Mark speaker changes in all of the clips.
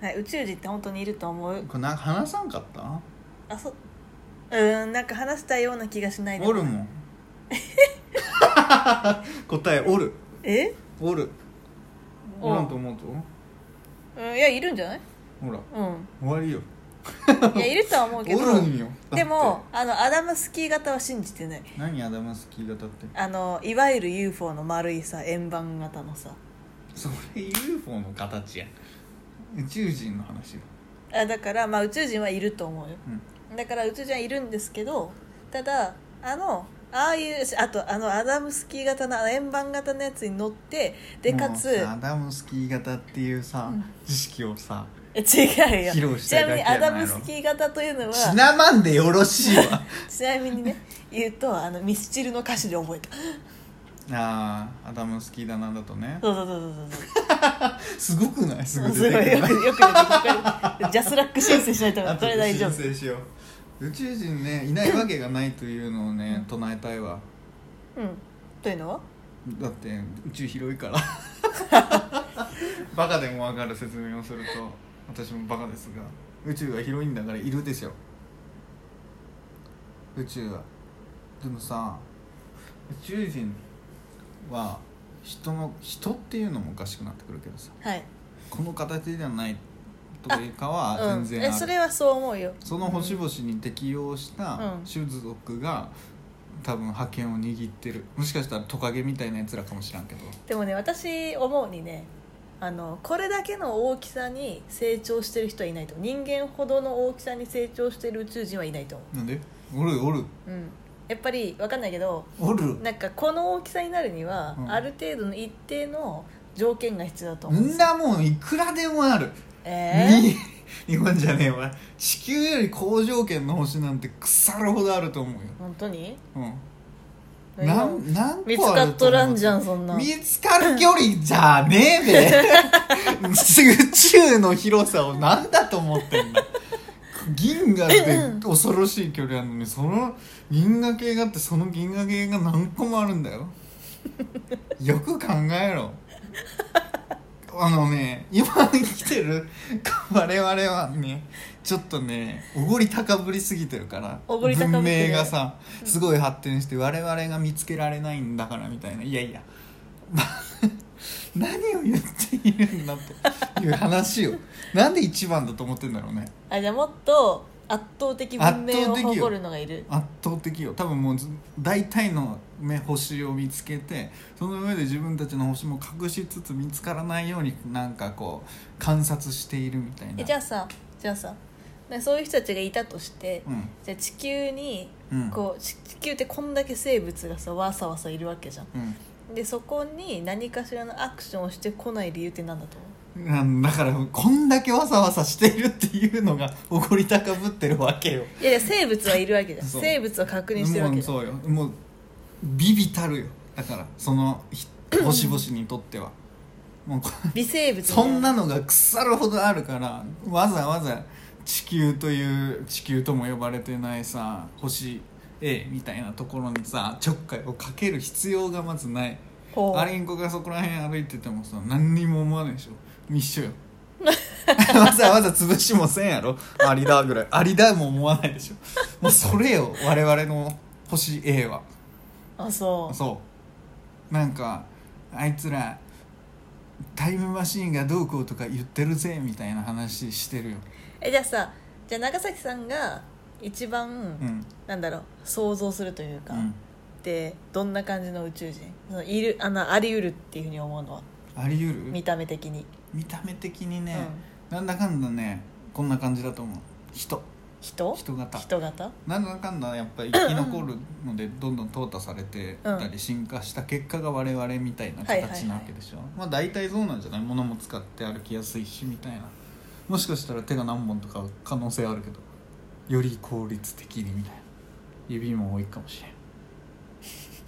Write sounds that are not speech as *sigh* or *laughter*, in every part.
Speaker 1: はい、宇宙人って本当にいると思う
Speaker 2: これなんか話さんかった
Speaker 1: あそううーんなんか話したような気がしないで
Speaker 2: お
Speaker 1: *laughs*
Speaker 2: るもん答えおる
Speaker 1: え、
Speaker 2: おる
Speaker 1: お
Speaker 2: おらんと思うと
Speaker 1: うん、いやいるんじゃない
Speaker 2: ほら
Speaker 1: う
Speaker 2: 終わりよ
Speaker 1: んいやいるとは思う
Speaker 2: お
Speaker 1: けど
Speaker 2: るんよ
Speaker 1: で
Speaker 2: だっ
Speaker 1: もあのアダムスキー型は信じてない
Speaker 2: て何アダムスキー型って
Speaker 1: あのいわゆる UFO の丸いさ円盤型のさ
Speaker 2: それ UFO の形や宇宙人の話よ
Speaker 1: あだから、まあ、宇宙人はいると思うよ
Speaker 2: うん
Speaker 1: だから宇宙人はいるんですけどただあのああいうあとあのアダムスキー型のあの円盤型のやつに乗ってでかつ
Speaker 2: もうさアダムスキー型っていうさ、
Speaker 1: うん
Speaker 2: 知識をさ
Speaker 1: え違うよ
Speaker 2: 披露し
Speaker 1: ち
Speaker 2: たい
Speaker 1: なみに
Speaker 2: だけやない
Speaker 1: ア
Speaker 2: の
Speaker 1: ダムスキー型というのは
Speaker 2: ちなまんでよろしいわ *laughs*
Speaker 1: ちなみにね言うとあのミスチルの歌詞で覚えた
Speaker 2: ああアダムスキーだなんだとね
Speaker 1: そうそうそうそう
Speaker 2: すごくないす
Speaker 1: そ
Speaker 2: ご
Speaker 1: う
Speaker 2: い
Speaker 1: すごいよ
Speaker 2: 出
Speaker 1: く
Speaker 2: て
Speaker 1: よく
Speaker 2: くる
Speaker 1: よくよ
Speaker 2: *laughs*
Speaker 1: くジャスラック申請しないと
Speaker 2: あ
Speaker 1: ことれ
Speaker 2: で
Speaker 1: 大丈夫
Speaker 2: 申請しよう宇宙人ねいないわけがないというのをね唱えたいわ
Speaker 1: うんというのは
Speaker 2: だって宇宙広
Speaker 1: *laughs*
Speaker 2: いからバカでも分かる説明をすると私もバカですが宇宙が広いんだからいるでしょ宇宙はでもさ宇宙人は人の人っていうのもおかしくなってくるけどさ
Speaker 1: はい
Speaker 2: この形ではないとかは全
Speaker 1: うん、
Speaker 2: 然
Speaker 1: え
Speaker 2: あ
Speaker 1: そ
Speaker 2: る、
Speaker 1: れはそう思うよ
Speaker 2: その星々に適用した
Speaker 1: うん
Speaker 2: 種族が多分覇権を握ってるもしかしたらトカゲみたいなやつらかもしらんけど
Speaker 1: でもね私思うにねあのこれだけの大きさに成長してる人はいないと人間ほどの大きさに成長してる宇宙人はいないと思
Speaker 2: なんでおるおる
Speaker 1: う、うん、やっぱり分かんないけど
Speaker 2: おる
Speaker 1: なんかこの大きさになるには、
Speaker 2: うん
Speaker 1: ある程度の一定の条件が必要だと思うんで
Speaker 2: ん
Speaker 1: すよ
Speaker 2: なもんいくらでもある、
Speaker 1: えー
Speaker 2: に日本じゃねえわ地球より好条件の星なんて腐るほどあると思うよ
Speaker 1: 本当に
Speaker 2: うんなん何
Speaker 1: 見つ
Speaker 2: 個あ
Speaker 1: か
Speaker 2: る
Speaker 1: っ
Speaker 2: と
Speaker 1: と
Speaker 2: 思
Speaker 1: ら
Speaker 2: うん
Speaker 1: じゃんそんな
Speaker 2: 見つかる距離じゃねえべ宇宙の広さを何だと思ってんだ銀河って恐ろしい距離あるのにその銀河系があってその銀河系が何個もあるんだよよく考えろあのね今生きてる *laughs* 我々はねちょっとねおごり高ぶりすぎてるから
Speaker 1: おごり高ぶってる
Speaker 2: 文明がさすごい発展して我々が見つけられないんだからみたいないやいや *laughs* 何を言っているんだという話をなんで一番だと思ってんだろうね
Speaker 1: あじゃあもっと圧倒的文明を誇るのがいる
Speaker 2: 圧倒的よ多分もうず大体の、ね、星を見つけてその上で自分たちの星も隠しつつ見つからないようになんかこう観察しているみたいな
Speaker 1: えじゃあさじゃあさねそういう人たちがいたとして、
Speaker 2: うん
Speaker 1: じゃあ地球に
Speaker 2: うん
Speaker 1: こうち地球ってこんだけ生物がさわさわさいるわけじゃ
Speaker 2: うん
Speaker 1: んでそこに何かしらのアクションをしてこない理由って何だと思う
Speaker 2: なんだからこんだけわさわさしているっていうのが怒り高ぶってるわけよ
Speaker 1: いやいや生物はいるわけじゃん
Speaker 2: *laughs* そう
Speaker 1: 生物を確認してるわ
Speaker 2: も
Speaker 1: け
Speaker 2: う
Speaker 1: じゃん
Speaker 2: そうよもうビビたるよだからそのひ星々にとってはもうこ
Speaker 1: 微生物みた
Speaker 2: そ
Speaker 1: い
Speaker 2: んなのが腐るほどあるからわざわざ地球という地球とも呼ばれてないさ星 A みたいなところにさちょっかいをかける必要がまずない
Speaker 1: ほう
Speaker 2: アリンコがそこら辺歩いててもさ何にも思わないでしょ
Speaker 1: *laughs*
Speaker 2: 一緒よわざわざ潰しもせんやろアリだぐらいアリだも思わないでしょもうそれよ我々の星 A は
Speaker 1: あそう
Speaker 2: そうなんかあいつらタイムマシーンがどうこうとか言ってるぜみたいな話してるよ、
Speaker 1: えじゃあさじゃあ長崎さんが一番、
Speaker 2: うん
Speaker 1: なんだろう想像するという
Speaker 2: う
Speaker 1: か、
Speaker 2: ん、
Speaker 1: でどんな感じの宇宙人そのいるあのあり得るっていうふうに思うのは
Speaker 2: あり得る
Speaker 1: 見た目的に、
Speaker 2: 見た目的にね
Speaker 1: うん、
Speaker 2: なんだかんだねこんな感じだと思う人
Speaker 1: 人
Speaker 2: 人型
Speaker 1: 人型
Speaker 2: なんだかんだやっぱり生き残るのでどんどん淘汰されてたり進化した結果が我々みたいな形なわけでしょ、まあ大体そうなんじゃない物も使って歩きやすいしみたいなもしかしたら手が何本とか可能性あるけどより効率的にみたいな指も多いかもしれん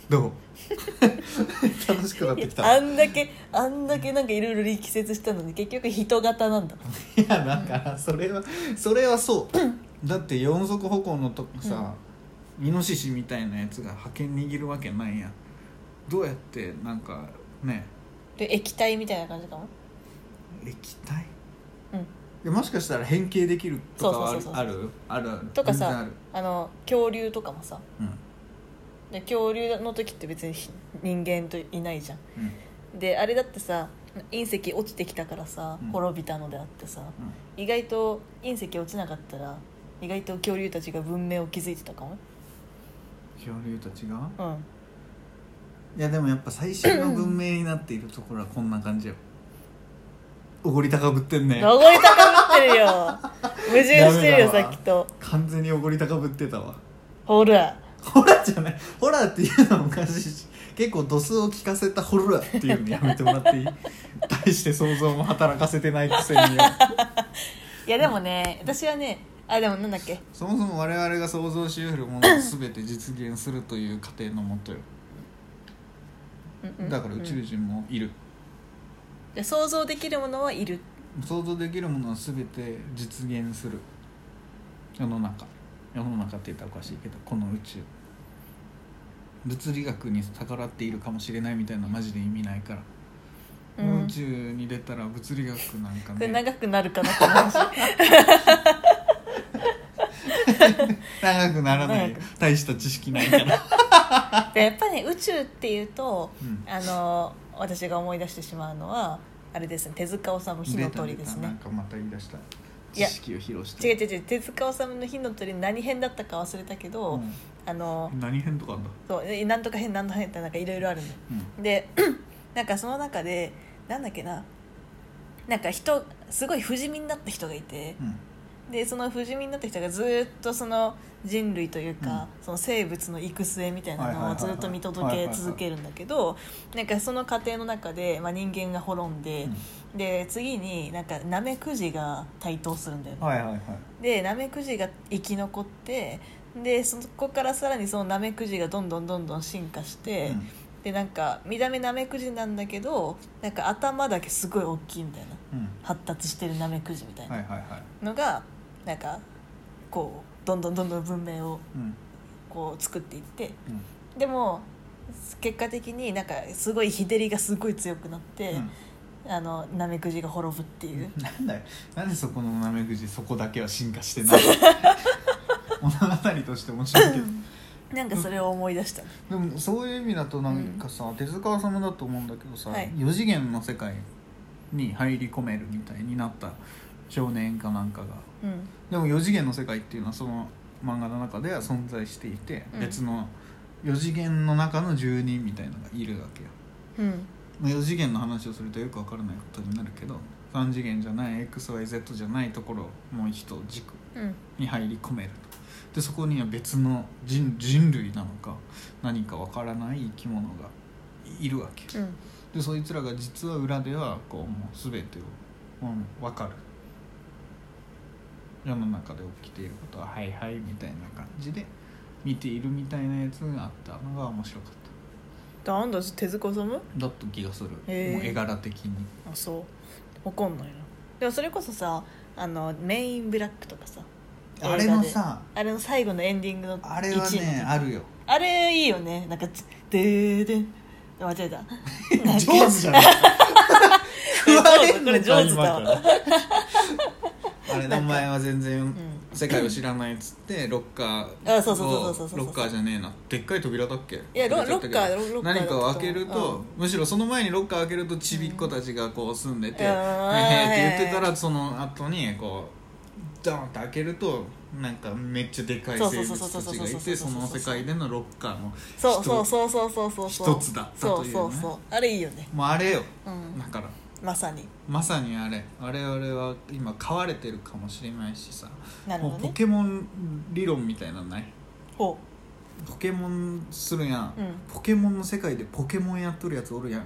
Speaker 2: どう *laughs* 楽しくなってきた
Speaker 1: あんだけあんだけなんかいろいろ力説したのに結局人型なんだ
Speaker 2: *laughs* いやだからそれはそれはそうだって四足歩行のとこさ、イノシシみたいなやつが覇権握るわけないやんどうやってなんかね
Speaker 1: で液体みたいな感じかも
Speaker 2: 液体
Speaker 1: うん
Speaker 2: やもしかしたら変形できるとかはあ
Speaker 1: そう
Speaker 2: る
Speaker 1: そうそうそう
Speaker 2: あるあるある
Speaker 1: とか
Speaker 2: 全然あ
Speaker 1: さ
Speaker 2: る
Speaker 1: あの恐竜とかもさ
Speaker 2: うん
Speaker 1: で恐竜の時って別にひ人間といないじゃん
Speaker 2: うん
Speaker 1: であれだってさ隕石落ちてきたからさ
Speaker 2: うん
Speaker 1: 滅びたのであってさ、
Speaker 2: うん
Speaker 1: 意外と隕石落ちなかったら意外と恐竜たちが文明を築いてたかも
Speaker 2: 恐竜と違う
Speaker 1: うん
Speaker 2: いやでもやっぱ最新の文明になっているところはこんな感じよおごり高ぶってんね
Speaker 1: 登り高ぶって
Speaker 2: *laughs*
Speaker 1: るよ矛盾してるよ
Speaker 2: ダメだわ
Speaker 1: さっきと
Speaker 2: 完全におごり高ぶってたわ
Speaker 1: ほら
Speaker 2: ホラーじゃないホラーっていうのもおかしいし結構度数を聞かせたホラーっていうのやめても
Speaker 1: *laughs*
Speaker 2: らっていい大して想像も働かせてないくせによ
Speaker 1: いやでもね私はねあでもなんだっけ
Speaker 2: そもそも我々が想像し得るものが全て実現するという過程のもとよだから宇宙
Speaker 1: い
Speaker 2: 人もいる、
Speaker 1: や想像できるものはいる
Speaker 2: 想像できるものは全て実現する世の中世の中って言ったらおかしいけどこの宇宙物理学に逆らっているかもしれないみたいなマジで意味ないから、
Speaker 1: うん
Speaker 2: 宇宙に出たら物理学なんか
Speaker 1: これ
Speaker 2: ね
Speaker 1: 長くなるかなこの
Speaker 2: *laughs*
Speaker 1: 話
Speaker 2: 長くならない
Speaker 1: 長
Speaker 2: よ
Speaker 1: く
Speaker 2: 大した知識ないから、
Speaker 1: *laughs* でやっぱね宇宙っていうと
Speaker 2: うん
Speaker 1: あの私が思い出してしまうのはあれですね手塚治虫火の鳥です
Speaker 2: 出た出たな
Speaker 1: ね
Speaker 2: んかまた言い出した
Speaker 1: い
Speaker 2: 知
Speaker 1: や
Speaker 2: 識を披露し
Speaker 1: 違う
Speaker 2: て
Speaker 1: 違う違う手塚治虫の火の鳥何編だったか忘れたけど、あの
Speaker 2: うん何編とかあんだ、
Speaker 1: そうえなんとか編なんとか編ってなんかいろいろあるのよ
Speaker 2: うん
Speaker 1: で *clears throat* なんかその中でなんだっけななんか人すごい不死身になった人がいて
Speaker 2: うん
Speaker 1: でその不死身になった人がずっとその人類というか、その生物の行く末みたいなのをずっと見届け続けるんだけどなんかその過程の中で、まあ、人間が滅んで、で次になんかナメクジが台頭するんだよね
Speaker 2: うん、はいはいはい
Speaker 1: でナメクジが生き残ってでそこからさらにそのナメクジがどんどんどんどん進化して、
Speaker 2: うん
Speaker 1: でなんか見た目ナメクジなんだけどなんか頭だけすごい大きいみたいな
Speaker 2: うん
Speaker 1: 発達してるナメクジみたい
Speaker 2: はい
Speaker 1: な
Speaker 2: はいはい
Speaker 1: のが、なんかこうどんどんどんどん文明を
Speaker 2: うん
Speaker 1: こう作っていって
Speaker 2: うん
Speaker 1: でも結果的になんかすごい日照りがすごい強くなって、
Speaker 2: うん
Speaker 1: あのナメクジが滅ぶっていう。
Speaker 2: なんだよなんでそこのナメクジそこだけは進化し
Speaker 1: *laughs*
Speaker 2: てない物語として面白いけど
Speaker 1: なんかそれを思い出した、
Speaker 2: でもそういう意味だとなんかさ、手塚治虫だと思うんだけどさ、
Speaker 1: はい
Speaker 2: 4次元の世界に入り込めるみたいになった少年かなんかが
Speaker 1: うん
Speaker 2: でも4次元の世界っていうのはその漫画の中では存在していて、
Speaker 1: うん
Speaker 2: 別の4次元の中の住人みたいなのがいるわけよ
Speaker 1: うん
Speaker 2: まあ4次元の話をするとよく分からないことになるけど3次元じゃない XYZ じゃないところもう一軸
Speaker 1: うん
Speaker 2: に入り込めるとでそこには別の人人類なのか何か分からない生き物がいるわけ
Speaker 1: うん
Speaker 2: でそいつらが実は裏ではこうもう全てを、うん、分かる世の中で起きていることははいはいみたいな感じで見ているみたいなやつがあったのが面白かった
Speaker 1: なんだ手塚治虫
Speaker 2: だった気がするもう
Speaker 1: へー
Speaker 2: 絵柄的に
Speaker 1: あそうわかんないなでもそれこそさあのメインブラックとかさ
Speaker 2: あ
Speaker 1: 映
Speaker 2: れ
Speaker 1: 画
Speaker 2: の
Speaker 1: で
Speaker 2: さ
Speaker 1: あれの最後のエンディングの
Speaker 2: あれ
Speaker 1: 一位
Speaker 2: は
Speaker 1: の時
Speaker 2: ねあ
Speaker 1: *laughs*
Speaker 2: るよ
Speaker 1: あれいいよねなんかつ「でーでん」間違えたなんか
Speaker 2: 上手じゃない食われんのか
Speaker 1: これ上手だわ
Speaker 2: 今からあれ名前は全然世界を知らないっつってロッカー
Speaker 1: あそうそうそうそうそうそう
Speaker 2: ロッカーじゃねえなでっかい扉だっけ
Speaker 1: いやロ
Speaker 2: 忘れちゃったけど
Speaker 1: ロッカーロロッカーだった
Speaker 2: 何かを開けると、むしろその前にロッカー開けるとちびっ子たちがこう住んでて「へ、
Speaker 1: うん
Speaker 2: えって言ってたらその後にこうドーンって開けるとなんかめっちゃでかい生物たちがいて
Speaker 1: そ
Speaker 2: そう
Speaker 1: そうそうそうそうそうそう
Speaker 2: の世界でのロッカーの
Speaker 1: そうそうそうそうそうそうそう
Speaker 2: 一つだった
Speaker 1: そ
Speaker 2: と
Speaker 1: う
Speaker 2: いうね
Speaker 1: そうそうあれいいよね
Speaker 2: もうあれよ
Speaker 1: うん
Speaker 2: だから
Speaker 1: まさに
Speaker 2: まさにあれ我々は今飼われてるかもしれないしさ、
Speaker 1: なるほ
Speaker 2: も
Speaker 1: ど
Speaker 2: うポ
Speaker 1: ね
Speaker 2: ケモン理論みたいなのない
Speaker 1: ほ
Speaker 2: ポケモンするやん、
Speaker 1: うん
Speaker 2: ポケモンの世界でポケモンやっとるやつおるやん
Speaker 1: う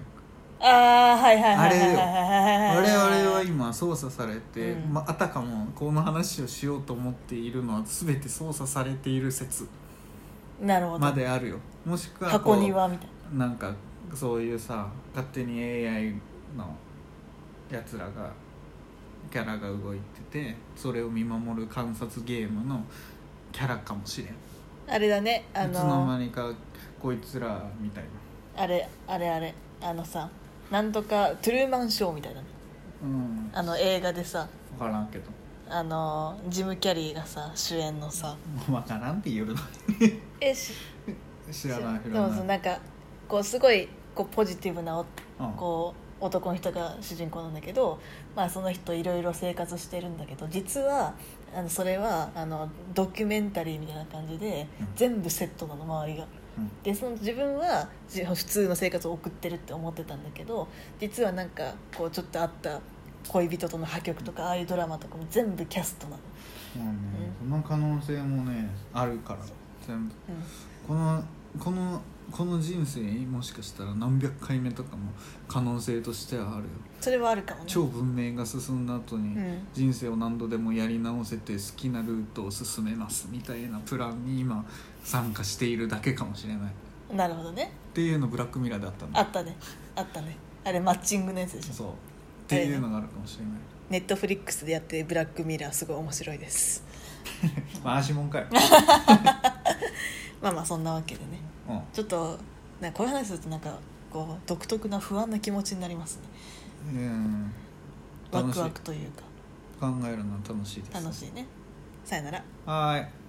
Speaker 1: ああはいはいはいはいはいは
Speaker 2: 我
Speaker 1: いはい
Speaker 2: 々は今操作されて、
Speaker 1: うん
Speaker 2: まあたかもこの話をしようと思っているのは全て操作されている説
Speaker 1: なるほ
Speaker 2: ま
Speaker 1: ど
Speaker 2: であるよもしくはこ
Speaker 1: 箱
Speaker 2: う
Speaker 1: 庭みたい
Speaker 2: なんかそういうさ勝手に AI のやつらがキャラが動いててそれを見守る観察ゲームのキャラかもしれん、
Speaker 1: なあれだねあ
Speaker 2: いつの
Speaker 1: の
Speaker 2: 間にかこいつらみたいな
Speaker 1: あれあれあれあのさなんとかトゥルーマンショーみたいなね
Speaker 2: うん
Speaker 1: あの映画でさ
Speaker 2: 分からんけど
Speaker 1: あのジム・キャリーがさ主演のさ
Speaker 2: *laughs* 分からんっ
Speaker 1: *laughs*
Speaker 2: て言えるの
Speaker 1: えし
Speaker 2: 知らない知
Speaker 1: で
Speaker 2: ら
Speaker 1: もその
Speaker 2: ない
Speaker 1: なんかこうすごいこうポジティブなお
Speaker 2: うん
Speaker 1: こう男の人が主人公なんだけど、まあ、その人いろいろ生活してるんだけど実はあのそれはあのドキュメンタリーみたいな感じで
Speaker 2: うん
Speaker 1: 全部セットなの周りが。
Speaker 2: うん
Speaker 1: でその自分はじ普通の生活を送ってるって思ってたんだけど実はなんかこうちょっとあった恋人との破局とかああいうドラマとかも全部キャストなの。
Speaker 2: まあねその可能性もねあるから全部
Speaker 1: うん
Speaker 2: このこのこの人生もしかしたら何百回目とかも可能性としてはあるよ
Speaker 1: それはあるかもね
Speaker 2: 超文明が進んだ後に、
Speaker 1: うん
Speaker 2: 人生を何度でもやり直せて好きなルートを進めますみたいなプランに今参加しているだけかもしれないっ
Speaker 1: なるほどね
Speaker 2: ていうのブラックミラーであったん
Speaker 1: あ
Speaker 2: だ
Speaker 1: ったねあったねあれマッチングのやつでしょ
Speaker 2: そうっていうのがあるかもしれない、
Speaker 1: ネットフリックスでやってるブラックミラーすごい面白いです
Speaker 2: まあ足も
Speaker 1: *laughs*
Speaker 2: んかよ、
Speaker 1: まあまあそんなわけでね
Speaker 2: うん、
Speaker 1: ちょっとなんかこういう話するとなんかこう独特な不安な気持ちになりますね
Speaker 2: うん
Speaker 1: ワ
Speaker 2: 楽し
Speaker 1: ク
Speaker 2: い
Speaker 1: ワクというか
Speaker 2: 考えるのは楽しいです
Speaker 1: 楽しいねさよなら
Speaker 2: はーい